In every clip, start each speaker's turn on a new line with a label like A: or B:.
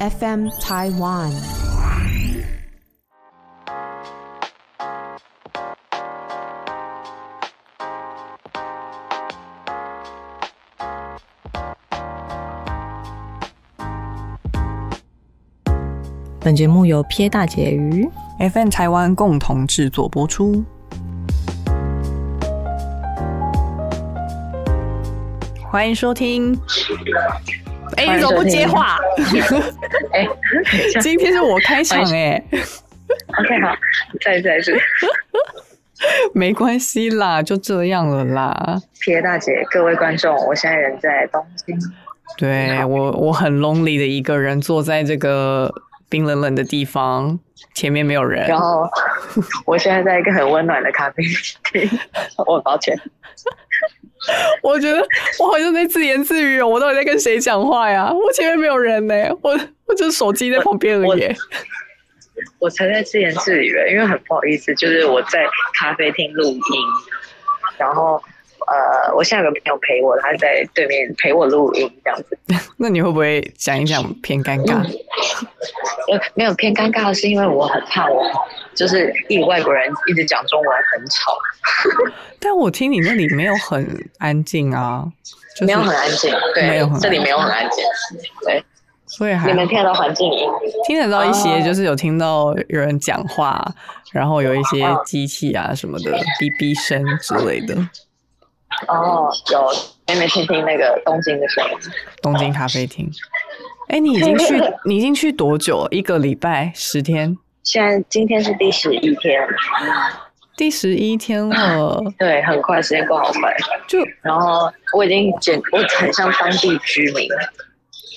A: FM Taiwan。
B: 本节目由撇大姐鱼
C: FM 台湾共同制作播出。欢迎收 听。哎、你怎么不接话？
D: 哎，等一下
C: 今天是我开场
D: 欢
C: 哎、
D: ，OK，好，再再是
C: 没关系啦，就这样了啦。
D: 撇大姐，各位观众，我现在人在东京，
C: 对我，我很 lonely 的一个人，坐在这个冰冷冷的地方，前面没有人
D: 然。后我现在在一个很温暖的咖啡厅，我很抱歉，
C: 我觉得我好像在自言自语哦，我到底在跟谁讲话呀？我前面没有人呢、我我就手机在旁边而已、欸
D: 我才在自言自语，因为很不好意思，就是我在咖啡厅录音，然后呃，我现在有个朋友陪我，他在对面陪我录音这样子，
C: 那你会不会讲一 讲偏尴尬？
D: 呃，没有偏尴尬的是因为我很怕我就是一外国人一直讲中文很吵，
C: 但我听你那里没有很安静 啊，就是、
D: 没有很安静，
C: 没
D: 对
C: 有很，哎
D: 这里没有很安静，对。
C: 所以还
D: 你们听得到环境音？
C: 听得到一些，
D: 哦
C: 就是有听到有人讲话，然后有一些机器啊什么的哔哔声之类的。
D: 哦，有，妹妹听听那个东京的声音。
C: 东京咖啡厅，哎，你已经 去，你已经去多久？一个礼拜，十天，
D: 现在今天是第十一天，
C: 第十一天了，
D: 对，很快，时间过好快。
C: 就
D: 然后我已经简，我很像当地居民，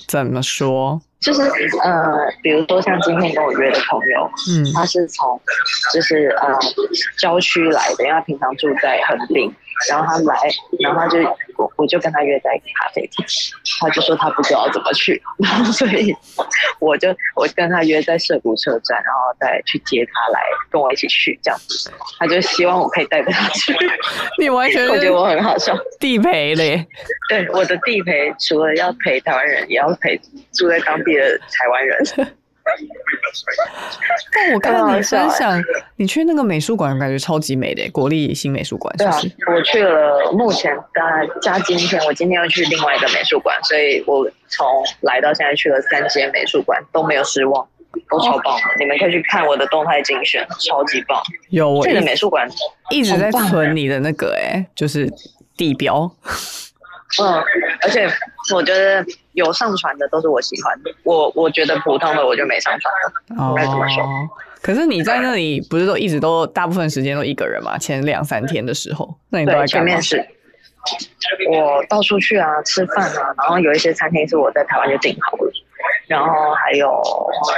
C: 怎么说？
D: 就是呃，比如说像今天跟我约的朋友，
C: 嗯
D: 他是从就是呃郊区来的，因为他平常住在横滨，然后他来，然后他就我我就跟他约在一个咖啡厅，他就说他不知道怎么去， 然后所以我就我跟他约在涩谷车站，然后再去接他来跟我一起去这样子，他就希望我可以带着他去，
C: 你完全
D: 我觉
C: 是
D: 得我很好笑。
C: 地陪嘞，
D: 对，我的地陪除了要陪台湾人，也要陪住在当地的台湾人。
C: 但我看
D: 很好
C: 你
D: 笑
C: 分
D: 欸
C: 享，你去那个美术馆，感觉超级美的耶，国立新美术馆，
D: 对
C: 是
D: 啊
C: 不是？，
D: 我去了，目前大加今天，我今天又去另外一个美术馆，所以我从来到现在去了三间美术馆都没有失望，都超棒的。你们可以去看我的动态精选，超级棒。
C: 有我
D: 这个
C: 一
D: 美术馆，
C: 一直在
D: 很棒啊
C: 存你的那个、欸，就是地标。
D: 嗯，而且我觉得有上传的都是我喜欢的，我我觉得普通的我就没上传了。
C: 哦
D: 该怎么说
C: 可是你在那里不是都一直都大部分时间都一个人嘛？前两三天的时候，那你都在
D: 对，
C: 干
D: 前
C: 嘛
D: 面？是。我到处去啊，吃饭啊，然后有一些餐厅是我在台湾就订好了，然后还有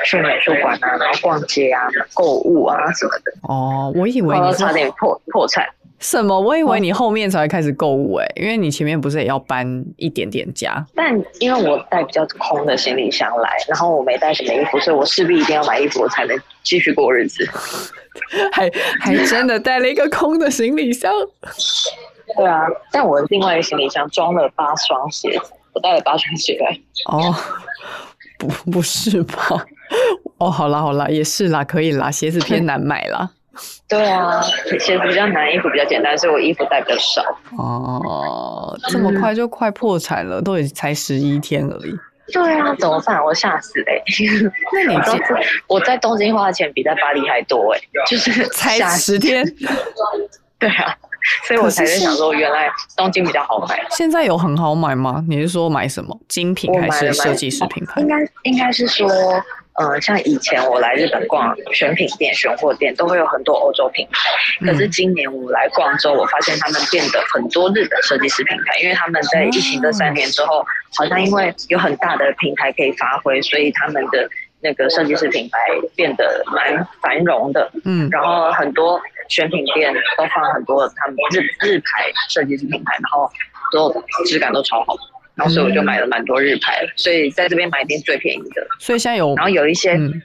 D: 去美术馆啊，然后逛街啊、购物啊什么的，
C: 哦，我以为
D: 然后
C: 你是
D: 差点哦破破产。
C: 什么？我以为你后面才会开始购物诶、欸因为你前面不是也要搬一点点家？
D: 但因为我带比较空的行李箱来，然后我没带什么衣服，所以我势必一定要买衣服，我才能继续过日子。
C: 还还真的带了一个空的行李箱。
D: 对啊，但我另外一个行李箱装了八双鞋子，我带了八双鞋来。
C: 哦，不不是吧？哦，好啦好啦，也是啦，可以啦，鞋子 偏难买啦。
D: 对啊，鞋子比较难，衣服比较简单，所以我衣服带比较少。
C: 哦，这么
D: 嗯
C: 快就快破产了，都也才十一天而已。
D: 对啊，怎么办？我吓死嘞、
C: 那你
D: 我
C: 今
D: 都是我在东京花的钱比在巴黎还多哎、就是
C: 才
D: 吓死
C: 十天，
D: 对啊，所以我才在想说，原来东京比较好买。
C: 现在有很好买吗？你是说买什么精品
D: 我
C: 还
D: 买
C: 是
D: 了哦
C: 设计师品牌
D: 应？该应该是说，呃，像以前我来日本逛选品店、选货店，都会有很多欧洲品牌。可是今年我来逛之后，我发现他们变得很多日本设计师品牌，因为他们在疫情这三年之后，好像因为有很大的平台可以发挥，所以他们的那个设计师品牌变得蛮繁荣的。
C: 嗯，
D: 然后很多选品店都放很多他们日日牌设计师品牌，然后都质感都超好，然后所以我就买了蛮多日牌，所以在这边买一定最便宜的。
C: 所以现在有
D: 然后有一些、
C: 嗯嗯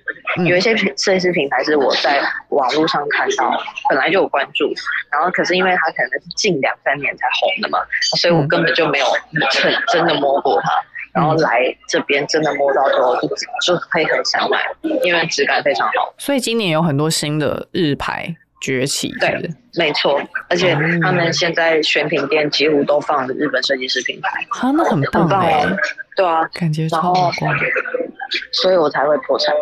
D: 有一些品设计师品牌是我在网络上看到，本来就有关注，然后可是因为它可
C: 嗯
D: 能是近两三年才红的嘛，所以我根本就没有很真的摸过它。然后来这边真的摸到之后就就会很想买，因为质感非常好。
C: 所以今年有很多新的日牌崛起，是不是？哦
D: 没错，而且他们现在选品店几乎都放日本设计师品牌，
C: 啊，那很棒
D: 很棒
C: 哎、
D: 哦。对啊，
C: 感觉超
D: 然后
C: 好逛，
D: 所以我才会 破产，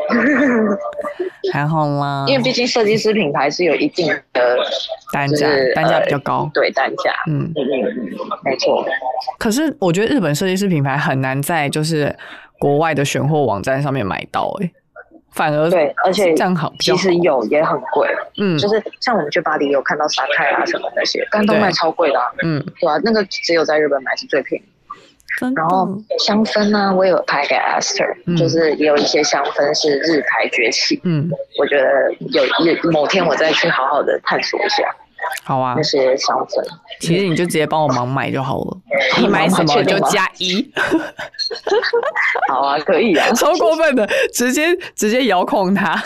C: 还好啦，
D: 因为毕竟设计师品牌是有一定的
C: 单
D: 就
C: 价
D: 是
C: 单价比较
D: 呃
C: 高，
D: 对单价。
C: 嗯。
D: 嗯嗯嗯，没错，
C: 可是我觉得日本设计师品牌很难在就是国外的选货网站上面买到、欸，反而
D: 对而且
C: 这样好，比较
D: 其
C: 好
D: 实有也很贵，
C: 嗯
D: 就是像我们去巴黎有看到沙泰啊什么那些，但都卖
C: 对
D: 超贵的、啊，
C: 嗯，
D: 对啊，那个只有在日本买是最便宜。
C: 真的
D: 然后香氛呢、我也有拍给 Aster，、
C: 嗯
D: 就是也有一些香氛是日牌崛起，
C: 嗯，
D: 我觉得有有某天我再去好好的探索一下
C: 好啊
D: 那，些香氛。嗯
C: 其实你就直接帮我忙买就好了，你买什么就加一，
D: 好啊，可以啊，
C: 超过分的，直接直接遥控它，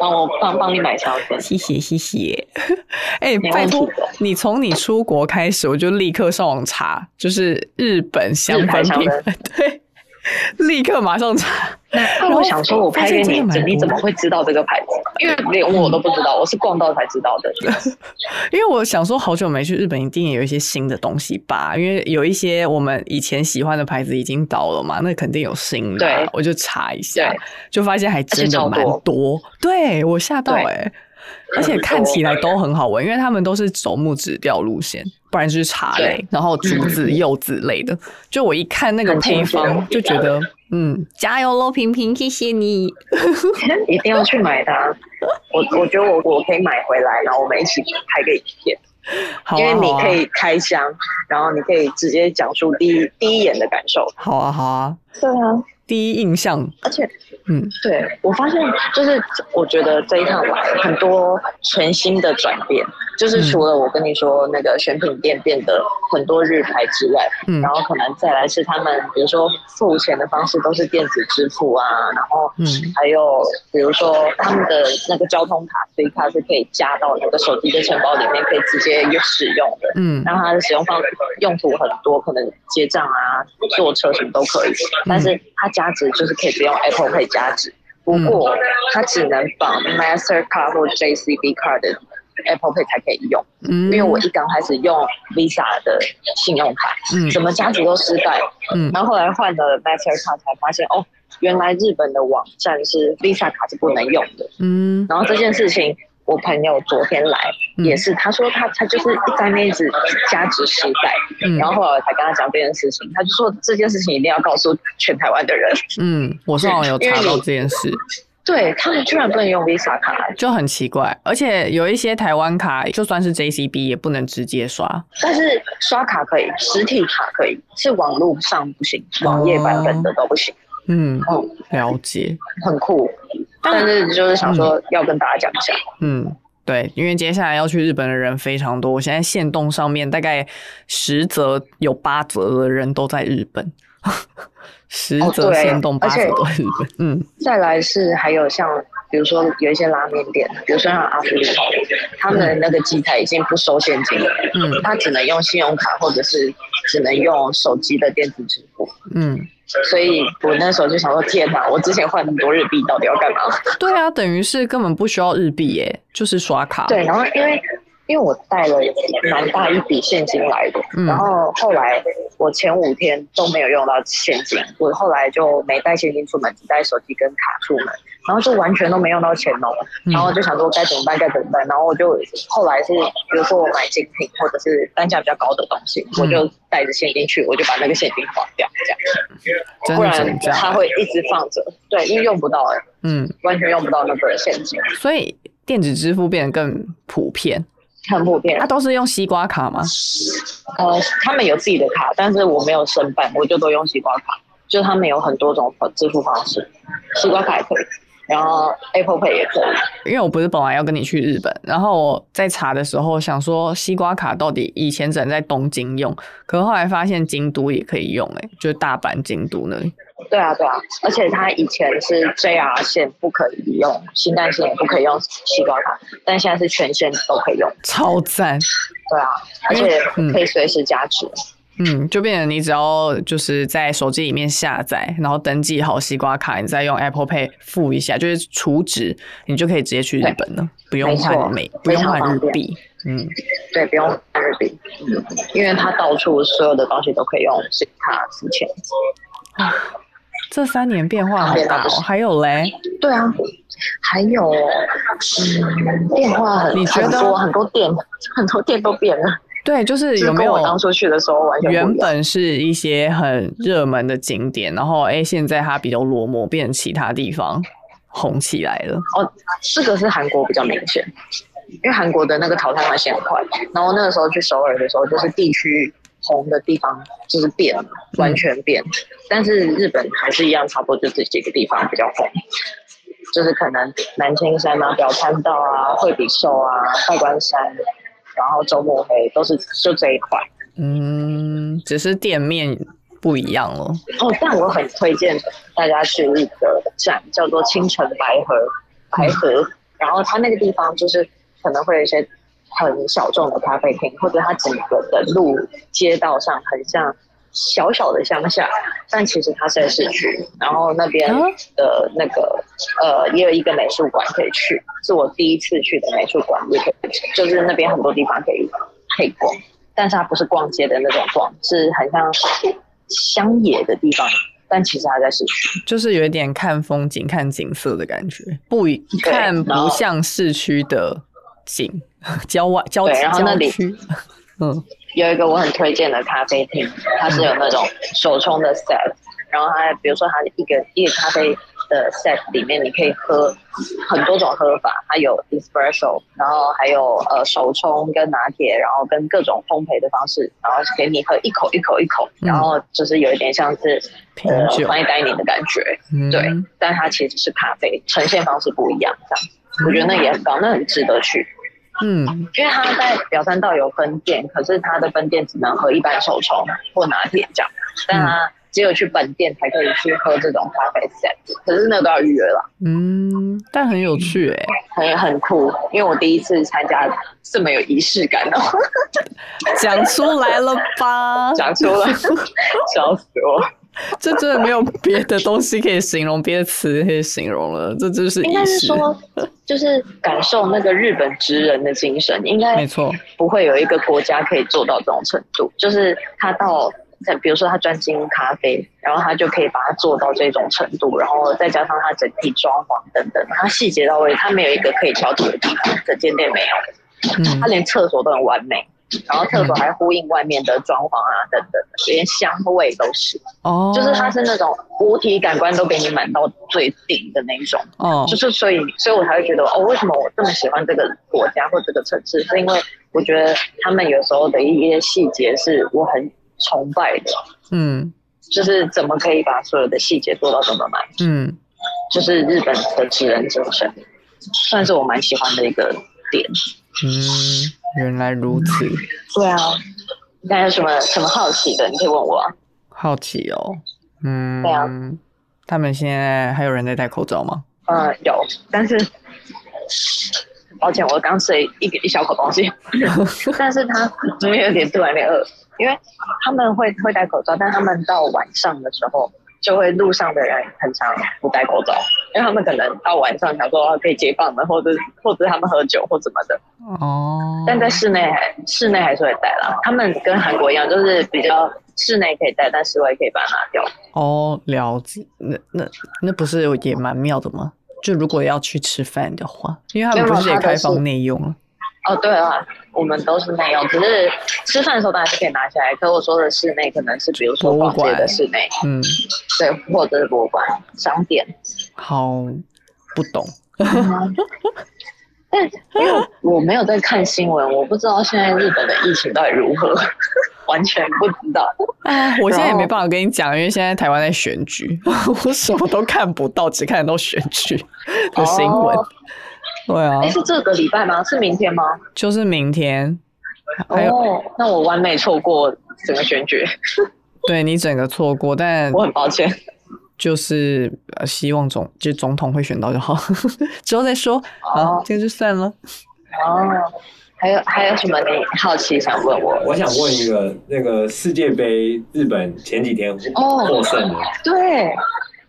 D: 帮我帮帮你买香氛。
C: 谢谢谢谢。 哎、
D: 没
C: 拜
D: 问题
C: 托，你从你出国开始，我就立刻上网查，就是日本香
D: 日
C: 氛
D: 牌香
C: 品牌，对， 立刻马上查。
D: 那我想说，我拍给你
C: 发现真的蛮，多
D: 你怎么会知道这个牌子？因为连我都不知道，我是逛到才知 道的。
C: 因为我想说，好久没去日本，一定也有一些新的东西吧？因为有一些我们以前喜欢的牌子已经倒了嘛，那肯定有新的啊、
D: 对
C: 我就查一下
D: 对，
C: 就发现还真的蛮
D: 而且超
C: 多。对我吓到
D: 对
C: 哎、而且看起来都很好闻，因为他们都是走木质调路线，不然就是茶类
D: 对，嗯
C: 然后竹子、柚子类的。就我一看那个
D: 很清
C: 配方
D: 爽，
C: 就觉得嗯，加油喽，平平，谢谢你。
D: 一定要去买它。我我觉得我我可以买回来，然后我们一起拍个影片，
C: 好
D: 因为
C: 啊，
D: 你
C: 好啊
D: 可，以开箱，然后你可以直接讲述第一第一眼的感受。
C: 好啊，好啊，
D: 对啊，
C: 第一印象，
D: 而且
C: 嗯，
D: 对我发现，就是我觉得这一趟来很多全新的转变，就是除了我跟你说那个选品店变得很多日牌之外，
C: 嗯
D: 然后可能再来是他们，比如说付钱的方式都是电子支付啊，然后
C: 嗯
D: 还有比如说他们的那个交通卡，所以它是可以加到你的手机的钱包里面，可以直接使用的。
C: 嗯。
D: 然后它的使用方用途很多，可能结账啊、坐车什么都可以，但是它加值就是可以不用 Apple Pay 加值，不过它只能绑 Mastercard 或 JCB Card 的 Apple Pay 才可以用。
C: 嗯，
D: 因为我一刚开始用 Visa 的信用卡，
C: 嗯
D: 怎么加值都失败，
C: 嗯
D: 然后后来换了 Mastercard 才发现哦。原来日本的网站是 Visa 卡是不能用的，
C: 嗯
D: 然后这件事情，我朋友昨天来
C: 嗯
D: 也是，他说他他就是在那一直加值失败，
C: 嗯
D: 然后后来我才跟他讲这件事情，他就说这件事情一定要告诉全台湾的人，
C: 嗯，我上网有查到这件事，
D: 对他们居然不能用 Visa 卡，
C: 就很奇怪，而且有一些台湾卡，就算是 JCB 也不能直接刷，
D: 但是刷卡可以，实体卡可以，是网络上不行，网页版本的都不行，
C: 嗯，
D: 嗯，
C: 了解，
D: 很酷，但是就是想说要跟大家讲一下，
C: 嗯。对，因为接下来要去日本的人非常多，我现在线动上面大概十则有八则的人都在日本， 十
D: 哦
C: 则
D: 对
C: 线动八
D: 而且
C: 则都在日本，嗯
D: 再来是还有像，比如说有一些拉面店，比如说像阿芙里，他们的那个机台已经不收现金了，
C: 嗯
D: 他只能用信用卡或者是只能用手机的电子支付。
C: 嗯，
D: 所以我那时候就想说，天哪，我之前换那么多日币到底要干嘛？
C: 对啊，等于是根本不需要日币耶，就是刷卡，
D: 对，然后因为因为我带了蛮大一笔现金来的，
C: 嗯
D: 然后后来我前五天都没有用到现金，我后来就没带现金出门，只带手机跟卡出门，然后就完全都没用到钱哦。
C: 嗯
D: 然后就想说该怎么办，该怎么办。然后我就后来是，比如说我买精品或者是单价比较高的东西，
C: 嗯
D: 我就带着现金去，我就把那个现金花掉，这样，
C: 真
D: 不
C: 的
D: 然
C: 真这样
D: 它会一直放着，对，因为用不到了，
C: 嗯，
D: 完全用不到那个现金，
C: 所以电子支付变得更普遍，
D: 很普遍
C: 它、。都是用西瓜卡吗？
D: 呃，他们有自己的卡，但是我没有申办，我就都用西瓜卡。就他们有很多种支付方式，西瓜卡也可以，然后 Apple Pay 也可以。
C: 因为我不是本来要跟你去日本，然后我在查的时候想说西瓜卡到底以前只能在东京用，可是后来发现京都也可以用、欸，就是大阪、京都那里。
D: 对啊，对啊，而且它以前是 JR 线不可以用，新干线也不可以用西瓜卡，但现在是全线都可以用。
C: 超赞！
D: 对啊，而且
C: 嗯
D: 可以随时加值。
C: 嗯，就变成你只要就是在手机里面下载，然后登记好西瓜卡，你再用 Apple Pay 付一下，就是储值，你就可以直接去日本了，不用换美，不用换日币。嗯，
D: 对，不用日币，嗯，因为它到处所有的东西都可以用信用卡付钱。
C: 这三年变化好大哦，还有嘞，
D: 对啊，还有，嗯，变化很
C: 你觉得
D: 很多很多店， 很多店都变了。
C: 对，就是
D: 就是
C: 有没
D: 跟
C: 有
D: 我当初去的时候完全不一样
C: 原本是一些很热门的景点，然后哎、诶现在它比较落寞，变成其他地方红起来了。
D: 哦，这个是韩国比较明显，因为韩国的那个淘汰环线很快。然后那个时候去首尔的时候，就是地区红的地方就是变了，完全变。但是日本还是一样，差不多就这几个地方比较红，就是可能南青山啊、表参道啊、惠比寿啊、拜关山，然后周末黑都是就这一块。
C: 嗯，只是店面不一样了。
D: 哦，但我很推荐大家去一个站，叫做清晨白河，白河。然后它那个地方就是可能会有一些很小众的咖啡厅，或者它整个的路街道上很像小小的乡下，但其实它是在市区。然后那边的那个呃，也有一个美术馆可以去，是我第一次去的美术馆，也可以去，就是那边很多地方可以可以逛。但是它不是逛街的那种逛，是很像乡野的地方，但其实它在市区。
C: 就是有一点看风景、看景色的感觉，不一
D: 对
C: 看
D: 然
C: 不
D: 后
C: 像市区的景， 郊外郊
D: 对然后那
C: 郊
D: 里
C: 区。 嗯，
D: 有一个我很推荐的咖啡厅，它是有那种手冲的 set，然后它比如说它一个一个咖啡的 set 里面，你可以喝很多种喝法，它有 espresso，然后还有呃手冲跟拿铁，然后跟各种烘焙的方式，然后给你喝一口一口一口，
C: 嗯
D: 然后就是有一点像是
C: 品
D: 呃
C: 酒
D: fine dining 的感觉，
C: 嗯
D: 对，但它其实是咖啡，呈现方式不一样，这样我觉得那也很棒，那很值得去。
C: 嗯，
D: 因为他在表参道有分店，可是他的分店只能喝一般手冲或拿铁这样，但他只有去本店才可以去喝这种咖啡 set，可是那个都要预约了，
C: 嗯，但很有趣哎、
D: 很很酷。因为我第一次参加这么有仪式感的，
C: 讲出来了吧？
D: 讲出 了，笑死我。
C: 这真的没有别的东西可以形容，别的词可以形容了，这就是
D: 应
C: 仪
D: 该是
C: 式。
D: 说，就是感受那个日本职人的精神，应
C: 没
D: 该
C: 错，
D: 不会有一个国家可以做到这种程度，就是他到。在比如说他专精咖啡，然后他就可以把它做到这种程度，然后再加上他整体装潢等等，他细节到位，他没有一个可以挑剔的地方，整间店没有，
C: 嗯
D: 他，连厕所都很完美，然后厕所还呼应外面的装潢啊等等，连香味都是，
C: 哦，
D: 就是它是那种五体感官都给你满到最顶的那一种。
C: 哦
D: 就，是所以，所以我才会觉得哦，为什么我这么喜欢这个国家或这个城市？是因为我觉得他们有时候的一些细节是我很崇拜的，
C: 嗯
D: 就是怎么可以把所有的细节做到这么满，
C: 嗯，
D: 就是日本的职人精神，算是我蛮喜欢的一个点。
C: 嗯，原来如此，
D: 对啊，那有什么什么好奇的，你可以问我、啊。
C: 好奇哦，
D: 对啊
C: 嗯，他们现在还有人在戴口罩吗？
D: 嗯，有，但是抱歉，我刚吃了一个一小口东西，但是他怎么有点突然有点饿，因为他们会会戴口罩，但他们到晚上的时候，就会路上的人很常不戴口罩，因为他们可能到晚上想说、啊、可以解放了，或者或者他们喝酒或怎么的，
C: 哦，
D: 但在室内还室内还是会戴啦。他们跟韩国一样，就是比较室内可以戴，但室外可以把它拿掉。
C: 哦，了解，那那那不是也蛮妙的吗？就如果要去吃饭的话，因为他们
D: 没有
C: 不是也
D: 他的
C: 开
D: 是
C: 放内用了，
D: 哦，对啊，我们都是内用，只是吃饭的时候当然是可以拿下来。可我说的室内，可能是比如说
C: 博物
D: 逛
C: 馆
D: 街的室内，
C: 嗯，
D: 对，或者是博物馆、商店。
C: 好，不懂，
D: 但因为我没有在看新闻，我不知道现在日本的疫情到底如何，完全不知道。
C: 啊，我现在也
D: 然后
C: 没办法跟你讲，因为现在台湾在选 举，我什么都看不到，只看得到选举的新闻。
D: 哦
C: 对啊
D: 哎、，是这个礼拜吗？是明天吗？
C: 就是明天，还有、
D: 哦，那我完美错过整个选举，
C: 对你整个错过，但
D: 我很抱歉。
C: 嗯就是、呃、希望总就 总统会选到就好，之后再说，好，
D: 哦
C: 这个就算了。
D: 哦，还有还有什么你好奇想问我？
B: 我想问一个，那个世界杯日本前几天
D: 哦
B: 获胜了，
D: 对，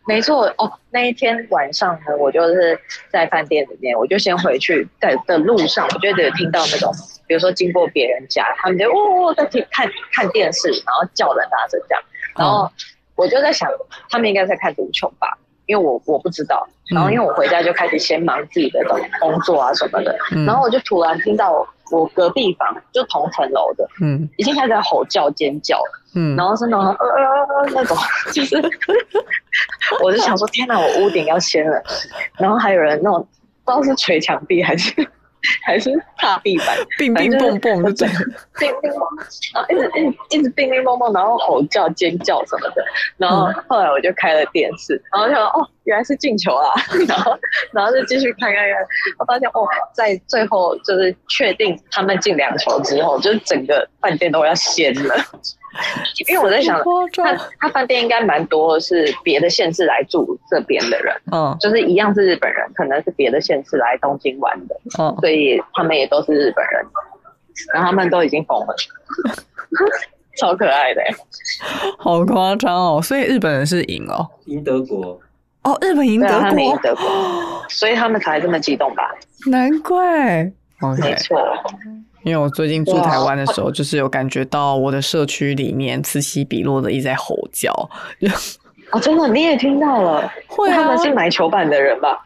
D: 没错哦。那一天晚上呢，我就是在饭店里面，我就先回去，在的路上，我就有听到那种，比如说经过别人家，他们就哦在听看看电视，然后叫人大声这样，然后我就在想，他们应该在看足球吧。因为我我不知道，然后因为我回家就开始先忙自己的东工作啊什么的，
C: 嗯
D: 然后我就突然听到我隔壁房就同层楼的
C: 嗯
D: 已经开始在吼叫尖叫，
C: 嗯，
D: 然后是那种呃呃呃那种， 就是我就想说天哪，我屋顶要掀了，然后还有人那种不知道是捶墙壁还是 还是踏地板，
C: 冰
D: 反
C: 冰
D: 正
C: 蹦蹦就对了，
D: 乒乒乓，然后一直一直一直乒乒乓乓，然后吼叫、尖叫什么的。然后
C: 嗯
D: 后来我就开了电视，然后就想哦，原来是进球啦， 然后然后就继续看看看，我发现哦，在最后就是确定他们进两球之后，就是整个饭店都要掀 了，因为我在想
C: 好。夸张
D: 他他饭店应该蛮多是别的县市来住这边的人，
C: 嗯
D: 就是一样是日本人，可能是别的县市来东京玩的，
C: 嗯，
D: 所以他们也都是日本人，然后他们都已经疯了，超可爱的、欸。
C: 好夸张哦！所以日本人是赢哦，
B: 赢德国，
C: 哦，日本赢
D: 对
C: 德
D: 啊，他们赢
C: 国，
D: 德国，所以他们才这么激动吧？
C: 难怪。OK，
D: 没错，
C: 因为我最近住
D: 哇哦
C: 台湾的时候，就是有感觉到我的社区里面此起彼落的一直在吼叫，
D: 哦，真的你也听到了，
C: 会
D: 他
C: 啊
D: 们，是买球板的人吧？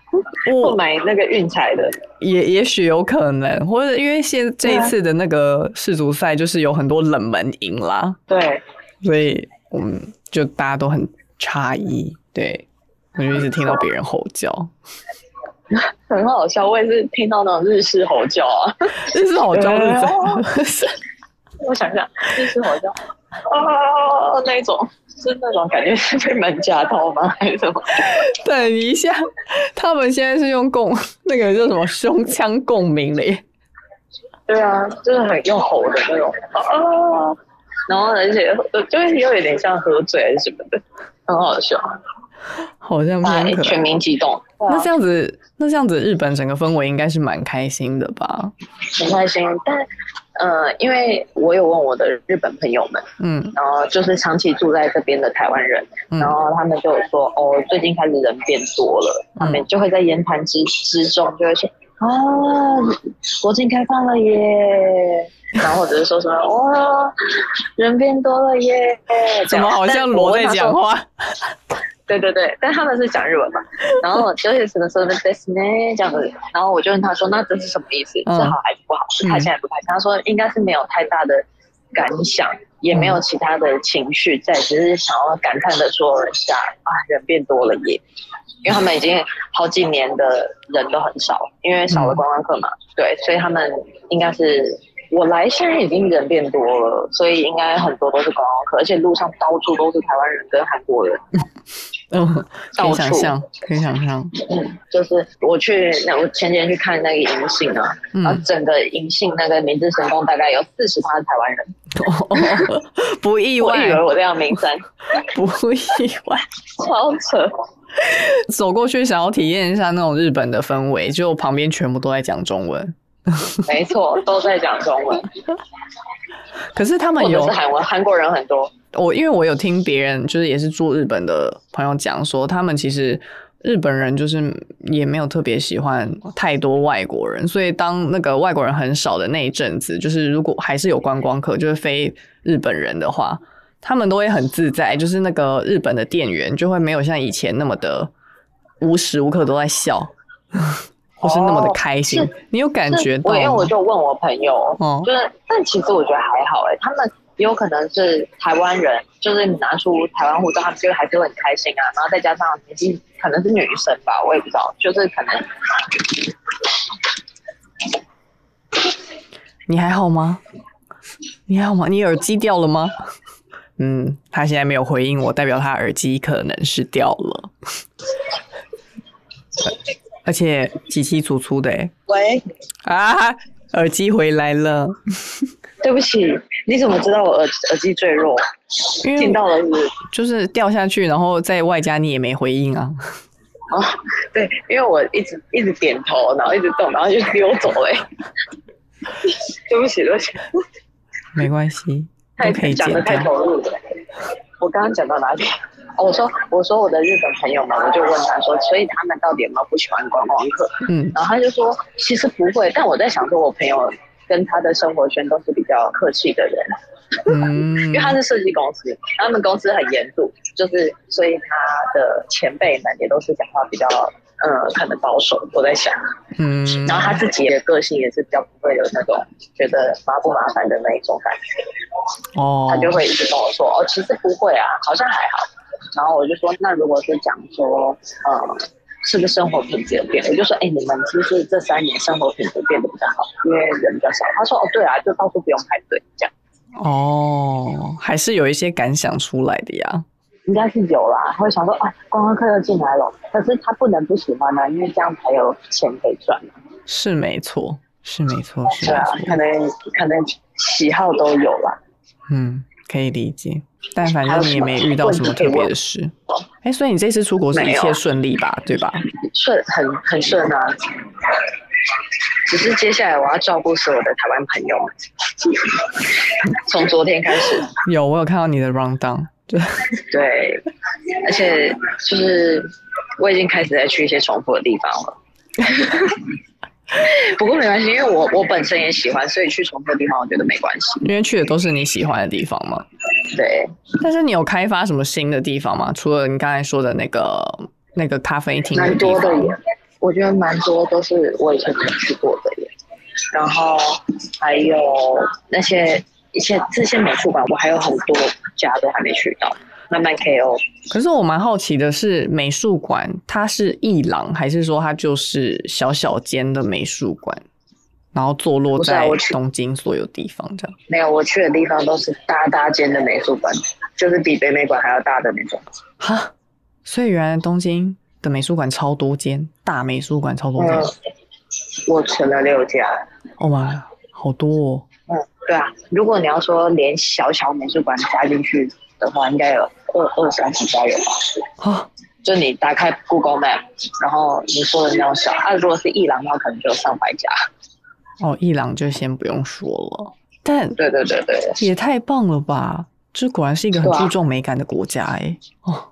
D: 不
C: 我
D: 买那个运彩的，
C: 也也许有可能，或者因为现这一
D: 对啊
C: 次的那个世足赛就是有很多冷门赢啦，
D: 对，
C: 所以嗯，就大家都很诧异，对我就一直听到别人吼叫，
D: 很好笑。我也是听到那种日式吼叫啊，
C: 这是吼叫是 怎样？
D: 我想想，日式吼叫啊，那一种是那种感觉是被门夹到吗？还是什么？
C: 等一下，他们现在是用共那个叫什么胸腔共鸣了耶，
D: 对啊，就是很用吼的那种啊啊，然后而且呃就是又有点像喝醉还是什么的，很好笑，
C: 好像
D: 啊
C: 蛮可，爱
D: 全。民激动，
C: 那
D: 对啊
C: 这样子，那这样子，日本整个氛围应该是蛮开心的吧？
D: 很开心。但呃，因为我有问我的日本朋友们，
C: 嗯
D: 然后就是长期住在这边的台湾人，
C: 嗯
D: 然后他们就有说，哦，最近开始人变多了，他
C: 嗯
D: 们就会在言谈之之中就会说，啊，国境开放了耶，然后或者是说什么，哇，人变多了耶，这
C: 怎
D: 样
C: 么好像
D: 但
C: 罗
D: 我问
C: 在
D: 他
C: 讲
D: 说
C: 话？
D: 对对对，但他们是讲 日文嘛，然后就是只能说 this 呢这样子，然后我就问他说，那这是什么意思？
C: 嗯
D: 是好还是不好？是他现在不开心，他说应该是没有太大的感想，也没有其他的情绪在，只是想要感叹的说一下啊，人变多了耶，因为他们已经好几年的人都很少，因为少了观光客嘛，
C: 嗯
D: 对，所以他们应该是。我来现在已经人变多了，所以应该很多都是观光客，而且路上到处都是台湾人跟韩国人。
C: 嗯，可以
D: 到
C: 想
D: 处
C: 象，可以想 象。
D: 就是我去那我前几天去看那个银杏啊，然后
C: 嗯，
D: 整个银杏那个明治神宫大概有四十趴是台湾人，
C: 不意
D: 我以
C: 外
D: 为，我在阳明山，
C: 不意外。
D: 超扯，
C: 走过去想要体验一下那种日本的氛围，就旁边全部都在讲中文。
D: 没错，都在讲中文，
C: 可是他们
D: 或者
C: 有
D: 是韩文，韩国人很多，
C: 我因为我有听别人，就是也是住日本的朋友讲说，他们其实日本人就是也没有特别喜欢太多外国人，所以当那个外国人很少的那一阵子，就是如果还是有观光客，就是非日本人的话，他们都会很自在，就是那个日本的店员就会没有像以前那么的无时无刻都在笑， 或是那么的开心。
D: 哦是
C: 你有感觉
D: 是
C: 到
D: 我因为我
C: 吗？
D: 就问我朋友，
C: 哦
D: 就是，但其实我觉得还好哎、他们。也有可能是台湾人，就是你拿出台湾护照，他们就还是会很开心啊。然后再加上年纪可能是女生吧，我也不知道，就是可能
C: 你还好吗？你还好吗？你耳机掉了吗？嗯，他现在没有回应我，代表他耳机可能是掉了。 而且起起粗粗的、欸、
D: 喂，
C: 啊，耳机回来了，
D: 对不起，你怎么知道我耳耳机坠落？
C: 因
D: 听
C: 为
D: 到了是不是？
C: 就是掉下去，然后在外加你也没回应 啊。
D: 哦， 对，因为我一直一直点头，然后一直动，然后就溜走了、欸。 对不起，对不起，
C: 没关系，
D: 太
C: 都可以
D: 讲
C: 剪
D: 的太
C: 掉。
D: 投入了。我刚刚讲到哪里？哦我说我说我的日本朋友们，我就问他说，所以他们到底有没有不喜欢观光客？
C: 嗯，
D: 然后他就说其实不会，但我在想说，我朋友跟他的生活圈都是比较客气的人，因
C: 嗯
D: 为，他是设计公司，然后他们公司很严肃，就是所以他的前辈们也都是讲话比较。呃，可能保守，我在想，
C: 嗯，
D: 然后他自己的个性也是比较不会有那种觉得麻不麻烦的那一种感觉。
C: 哦
D: 他，就会一直跟我说，哦，其实不会啊，好像还好。然后我就说，那如果是讲说，呃，是不是生活品质有变？我就说，哎、你们是不是这三年生活品质变得比较好，因为人比较少。他说，哦，对啊，就到处不用排队，这样
C: 哦，还是有一些感想出来的呀。
D: 应该是有啦。他会想说，啊，观光客又进来了，可是他不能不喜欢啊，因为这样才有钱可以赚。啊
C: 是没错，是没错，是
D: 对啊，
C: 没
D: 可
C: 错，
D: 能可能喜好都有啦。
C: 嗯，可以理解。但反正你也没遇到什么特别的事
D: 问题可以问。
C: 哎，所以你这次出国是一
D: 没
C: 切
D: 有
C: 顺利吧？对 吧？
D: 顺很很顺啊，只是接下来我要照顾所有的台湾朋友们，从昨天开始，
C: 有，我有看到你的 round down。对，
D: 对，而且就是我已经开始在去一些重复的地方了。 不过没关系，因为我我本身也喜欢，所以去重复的地方我觉得没关系。
C: 因为去的都是你喜欢的地方嘛。
D: 对，
C: 但是你有开发什么新的地方吗？除了你刚才说的那个那个咖啡厅的
D: 蛮
C: 地
D: 多的
C: 方，
D: 耶，我觉得蛮多都是我以前没有去过的耶。然后还有那些一些这些美术馆，我还有很多家都还没去到。慢慢 KO，
C: 可是我蛮好奇的是，美术馆它是艺廊，还是说它就是小小间的美术馆，然后坐落
D: 不是啊
C: 在
D: 我去
C: 东京所有地方这样？
D: 没有我去的地方都是大大间的美术馆，就是比北美馆还要大的那种。
C: 哈，所以原来东京的美术馆超多间，大美术馆超多间
D: 嗯，我存了六家。
C: 哦哇，好多哦！
D: 嗯，对啊，如果你要说连小小美术馆加进去的话，应该有二二三十家有吧？
C: 哈，
D: 就你打开 Google Map，然后你说的那种小，啊，如果是一郎的话，可能就有上百家。
C: 哦，艺廊就先不用说了，但
D: 对对对对，
C: 也太棒了吧！这果然是一个很
D: 是啊
C: 注重美感的国家哎、哦，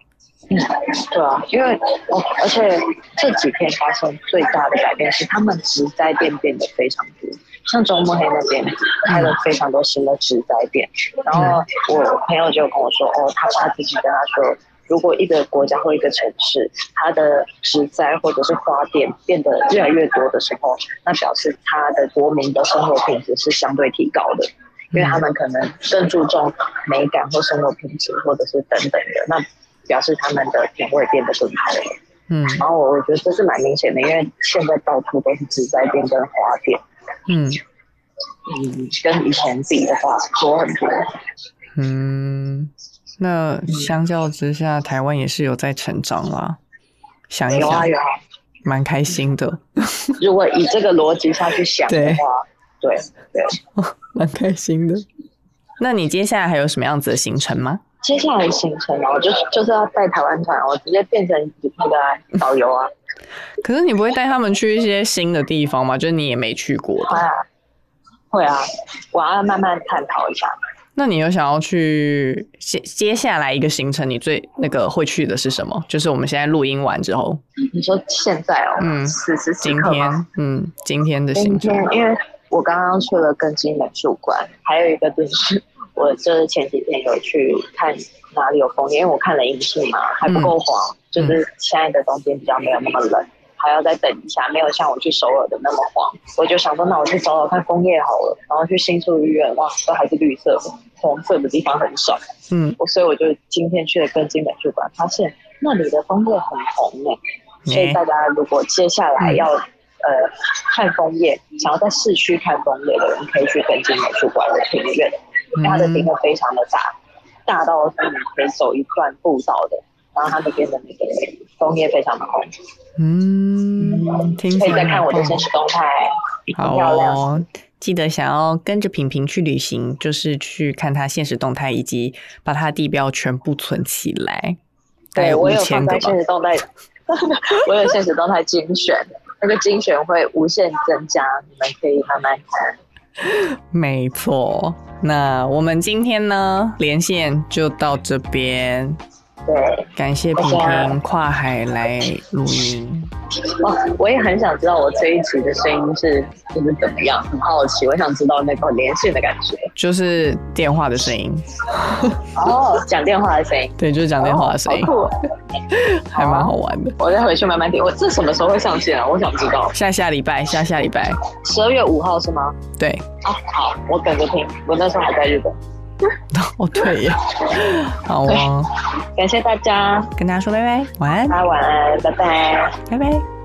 D: 对啊，因为哦，而且这几天发生最大的改变是，他们植栽店变得非常多，像中目黑那边开了非常多新的植栽店。然后我朋友就跟我说，哦，他他自己跟他说，如果一个国家或一个城市，它的植栽或者是花店变得越来越多的时候，那表示它的国民的生活品质是相对提高的。因为他们可能更注重美感或生活品质，或者是等等的，那表示他们的品味变得更好了。
C: 嗯
D: 然后我我觉得这是蛮明显的，因为现在到处都是植栽店跟花店，
C: 嗯
D: 嗯，跟以前比的话多很多。
C: 嗯，那相较之下，台湾也是有在成长啦。想一
D: 有
C: 想
D: 啊，有啊，
C: 蛮开心的，
D: 如果以这个逻辑下去想的话，对对。
C: 蛮开心的。那你接下来还有什么样子的行程吗？
D: 接下来的行程啊，我就就是要带台湾团，我直接变成那个导游啊，
C: 可是你不会带他们去一些新的地方吗？就是你也没去过的。
D: 啊，会啊，我要慢慢探讨一下。
C: 那你有想要去接接下来一个行程？你最那个会去的是什么？就是我们现在录音完之后，
D: 你说现在哦，
C: 嗯
D: 此时此
C: 今
D: 刻吗？
C: 天，嗯，今天的行
D: 今
C: 程
D: 天，因为我刚刚去了更新美术馆，还有一个就是我就是前几天有去看哪里有枫叶，因为我看了银杏嘛，还不够黄，就是现在的冬天比较没有那么冷，还要再等一下，没有像我去首尔的那么黄。我就想说，那我去首尔看枫叶好了，然后去新宿御苑，哇，都还是绿色的，红色的地方很少。
C: 嗯，
D: 我所以我就今天去了根津美术馆，发现那里的枫叶很红呢、所
C: 嗯
D: 以大家如果接下来要、呃看枫叶，想要在市区看枫叶的人，可以去根津美术馆的庭院，因为它
C: 嗯
D: 的庭院非常的大，大到是你可以走一段步道的。然后它那边的那个枫叶非常的红，
C: 嗯，听起
D: 可以再
C: 来
D: 看
C: 很
D: 我的
C: 棒
D: 现实动态。
C: 好
D: 漂亮
C: 哦，记得想要跟着平平去旅行，就是去看他现实动态，以及把他的地标全部存起来。大
D: 对
C: 概
D: 我有
C: 5000
D: 放
C: 个
D: 在
C: 吧
D: 现。实动态，我有现实动态精选，那个精选会无限增加，你们可以慢慢看。
C: 没错，那我们今天呢连线就到这边，
D: 对，
C: 感谢平平跨海来录音。
D: 哦，我也很想知道我这一集的声音是就是怎么样，很好奇，我想知道那个连线的感觉，
C: 就是电话的声音。
D: 哦，讲电话的声音，
C: 对，就是讲电话的声音，
D: 哦、
C: 还蛮好玩的。
D: 我再回去慢慢听。我这什么时候会上线啊？我想知道。
C: 下下礼拜，下下礼拜，
D: 十二月五号是吗？
C: 对。
D: 啊，好，我等着听。我那时候还在日本。
C: 哦，对 耶。好啊、哦，
D: 感谢大家，
C: 跟大家说拜拜，晚安。
D: 大家晚安，拜拜，
C: 拜拜。